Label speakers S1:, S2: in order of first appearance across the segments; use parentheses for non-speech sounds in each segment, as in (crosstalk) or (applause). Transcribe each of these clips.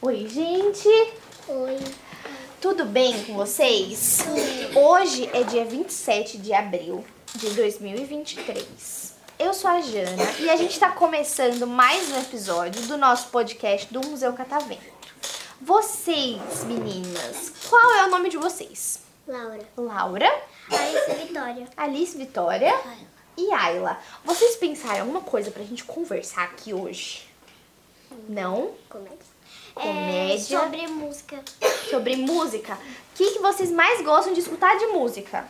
S1: Oi, gente!
S2: Oi.
S1: Tudo bem com vocês? Hoje é dia 27 de abril de 2023. Eu sou a Jana e a gente está começando mais um episódio do nosso podcast do Museu Catavento. Vocês, meninas, qual é o nome de vocês?
S2: Laura.
S1: Laura,
S2: Alice Vitória.
S1: Alice Vitória e Ayla. Vocês pensaram em alguma coisa pra gente conversar aqui hoje? Não?
S2: Comédia.
S1: Comédia.
S2: É, sobre música.
S1: Sobre música. O que, que vocês mais gostam de escutar de música?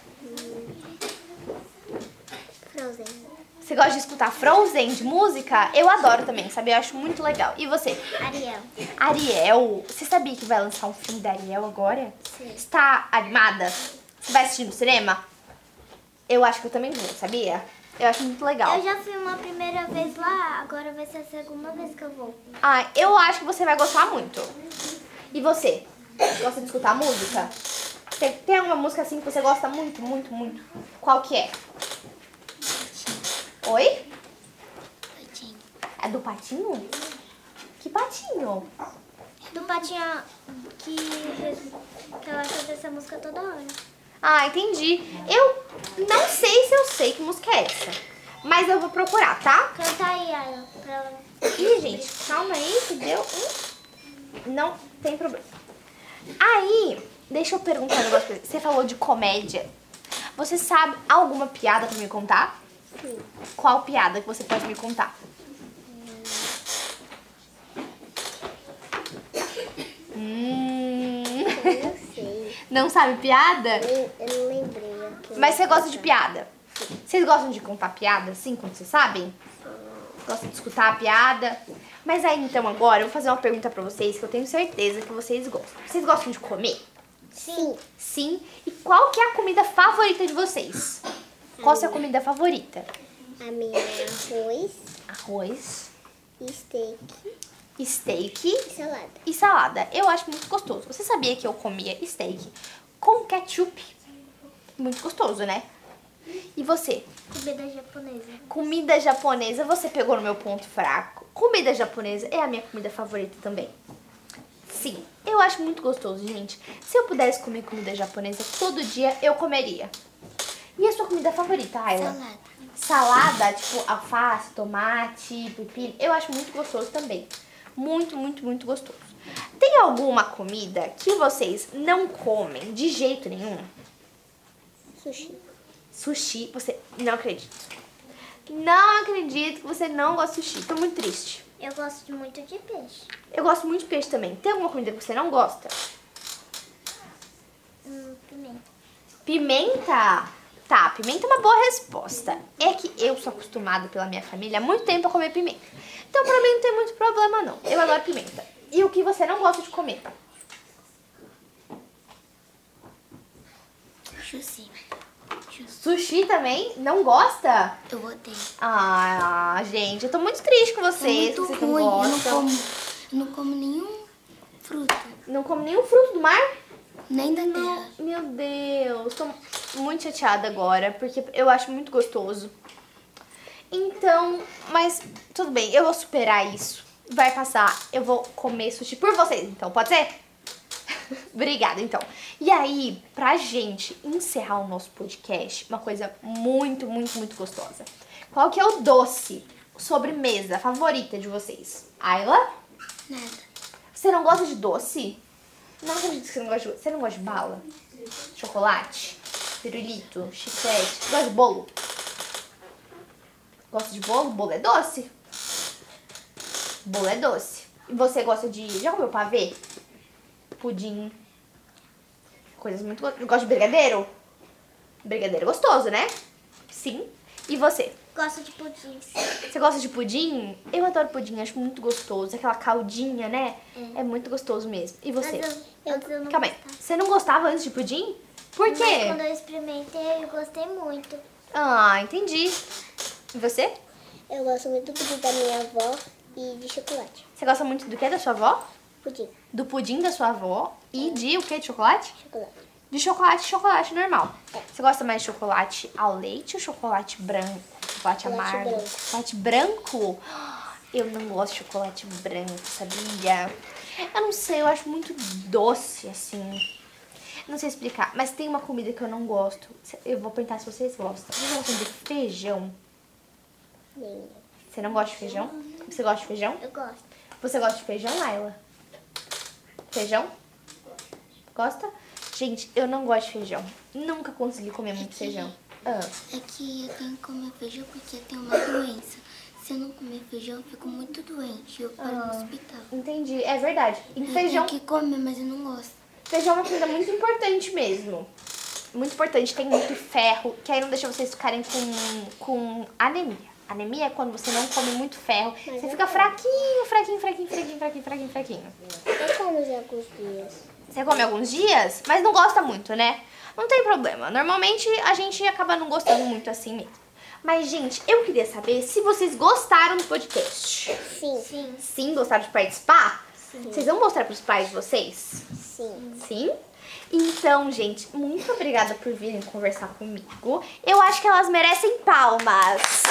S2: Frozen.
S1: Você gosta de escutar Frozen de música? Eu adoro também, sabe? Eu acho muito legal. E você?
S2: Ariel.
S1: Ariel, você sabia que vai lançar um filme da Ariel agora?
S2: Sim.
S1: Está animada? Você vai assistir no cinema? Eu acho que eu também vou, sabia? Eu acho muito legal.
S2: Eu já fui uma primeira vez lá, agora vai ser a segunda vez que eu vou.
S1: Ah, eu acho que você vai gostar muito. E você? Gosta de escutar música? Tem, tem alguma música assim que você gosta muito, muito, muito? Qual que é? Oi? É do patinho? Que patinho?
S2: Do Patinha que, que ela faz essa música toda hora.
S1: Ah, entendi. Eu não sei se eu sei que música é essa. Mas eu vou procurar, tá?
S2: Canta aí, Ayla, pra ela.
S1: Ih, gente, calma aí que deu um. Não tem problema. Aí, deixa eu perguntar um negócio pra você. Você falou de comédia. Você sabe alguma piada pra me contar?
S2: Sim.
S1: Qual piada que você pode me contar? Hum.
S2: Eu não sei.
S1: Não sabe piada?
S2: Eu não lembrei aqui.
S1: Mas você gosta de piada? Vocês gostam de contar piada, assim, quando vocês sabem? Gostam de escutar a piada? Mas aí, então, agora, eu vou fazer uma pergunta pra vocês que eu tenho certeza que vocês gostam. Vocês gostam de comer?
S2: Sim.
S1: Sim. E qual que é a comida favorita de vocês? Qual a sua comida favorita?
S2: A minha é arroz,
S1: Arroz,
S2: steak
S1: steak
S2: salada.
S1: e salada. Eu acho muito gostoso. Você sabia que eu comia steak com ketchup? Muito gostoso, né? E você?
S2: Comida japonesa.
S1: Comida japonesa, você pegou no meu ponto fraco. Comida japonesa é a minha comida favorita também. Sim, eu acho muito gostoso, gente. Se eu pudesse comer comida japonesa todo dia, eu comeria. E a sua comida favorita, Ayla?
S2: Salada.
S1: Salada, tipo alface, tomate, pepino. Eu acho muito gostoso também. Muito, muito, muito gostoso. Tem alguma comida que vocês não comem de jeito nenhum?
S2: Sushi.
S1: Sushi, você não acredito. Não acredito que você não gosta de sushi. Tô muito triste.
S2: Eu gosto muito de peixe.
S1: Eu gosto muito de peixe também. Tem alguma comida que você não gosta?
S2: Hum, pimenta.
S1: Pimenta? Tá, pimenta é uma boa resposta. É que eu sou acostumada pela minha família há muito tempo a comer pimenta. Então pra mim não tem muito problema não. Eu adoro pimenta. E o que você não gosta de comer?
S2: Jussi.
S1: Sushi também? Não gosta?
S2: Eu odeio.
S1: Ah, gente, eu tô muito triste com vocês.
S3: muito
S1: vocês
S3: ruim.
S1: não
S3: Eu não
S1: gostam.
S3: como, eu não como nenhum fruto,
S1: Não como nenhum fruto do mar?
S3: nem da
S1: Não,
S3: terra.
S1: meu Deus, tô muito chateada agora, porque eu acho muito gostoso. Então, mas tudo bem, eu vou superar isso. Vai passar, eu vou comer sushi por vocês, então, pode ser? (laughs) Obrigada, então. E aí, pra gente encerrar o nosso podcast, uma coisa muito, muito, muito gostosa. Qual que é o doce, sobremesa favorita de vocês? Ayla?
S3: Nada.
S1: Você não gosta de doce? Não acredito que você não gosta de doce. Você não gosta de bala? Chocolate? Pirulito? Chiclete? Você gosta de bolo? Gosta de bolo? Bolo é doce. Bolo é doce. E você gosta de... Já comeu pavê? Pudim? Coisas muito... go- Gosta de brigadeiro? Brigadeiro é gostoso, né? Sim. E você?
S2: Gosto de pudim.
S1: Você gosta de pudim? Eu adoro pudim, acho muito gostoso. Aquela caldinha, né? É muito gostoso mesmo. E você?
S2: Uhum. Mas eu, antes eu não
S1: Calma aí.
S2: gostava.
S1: Você não gostava antes de pudim? Por
S2: Mas quando
S1: quê?
S2: eu experimentei, eu gostei muito.
S1: Ah, entendi. E você?
S2: Eu gosto muito do pudim da minha avó e de chocolate.
S1: Você gosta muito do que da sua avó?
S2: Pudim,
S1: Do pudim da sua avó e de o que de chocolate?
S2: chocolate.
S1: De chocolate, chocolate normal. Você gosta mais de chocolate ao leite ou chocolate branco? Chocolate
S2: Chocolate
S1: amargo?
S2: branco.
S1: Chocolate branco? (gasps) Eu não gosto de chocolate branco, sabia? Eu não sei, eu acho muito doce, assim. Não sei explicar, mas tem uma comida que eu não gosto. Eu vou perguntar se vocês gostam. Vocês gostam de feijão? Você não gosta de feijão? Você gosta de feijão?
S2: Eu gosto.
S1: Você gosta de feijão, Laila? Feijão? Gosta? Gente, eu não gosto de feijão. Nunca consegui comer muito feijão. Ah,
S3: É que eu tenho que comer feijão porque eu tenho uma doença. Se eu não comer feijão, eu fico muito doente. Eu paro
S2: Ah.
S3: no hospital.
S1: entendi, é verdade. E
S3: Eu
S1: feijão,
S3: tenho que comer, mas eu não gosto.
S1: feijão é uma coisa muito importante mesmo. Muito importante, tem muito ferro, que aí não deixa vocês ficarem com, com anemia. Anemia é quando você não come muito ferro. Você fica fraquinho, fraquinho, fraquinho, fraquinho, fraquinho, fraquinho, fraquinho.
S2: Eu como já com os dias.
S1: Você come alguns dias, mas não gosta muito, né? Não tem problema. Normalmente a gente acaba não gostando muito assim mesmo. Mas, gente, eu queria saber se vocês gostaram do podcast.
S2: Sim.
S3: Sim.
S1: Sim, gostaram de participar? Vocês vão mostrar pros pais de vocês?
S2: Sim.
S1: Sim? Então, gente, muito obrigada por virem conversar comigo. Eu acho que elas merecem palmas.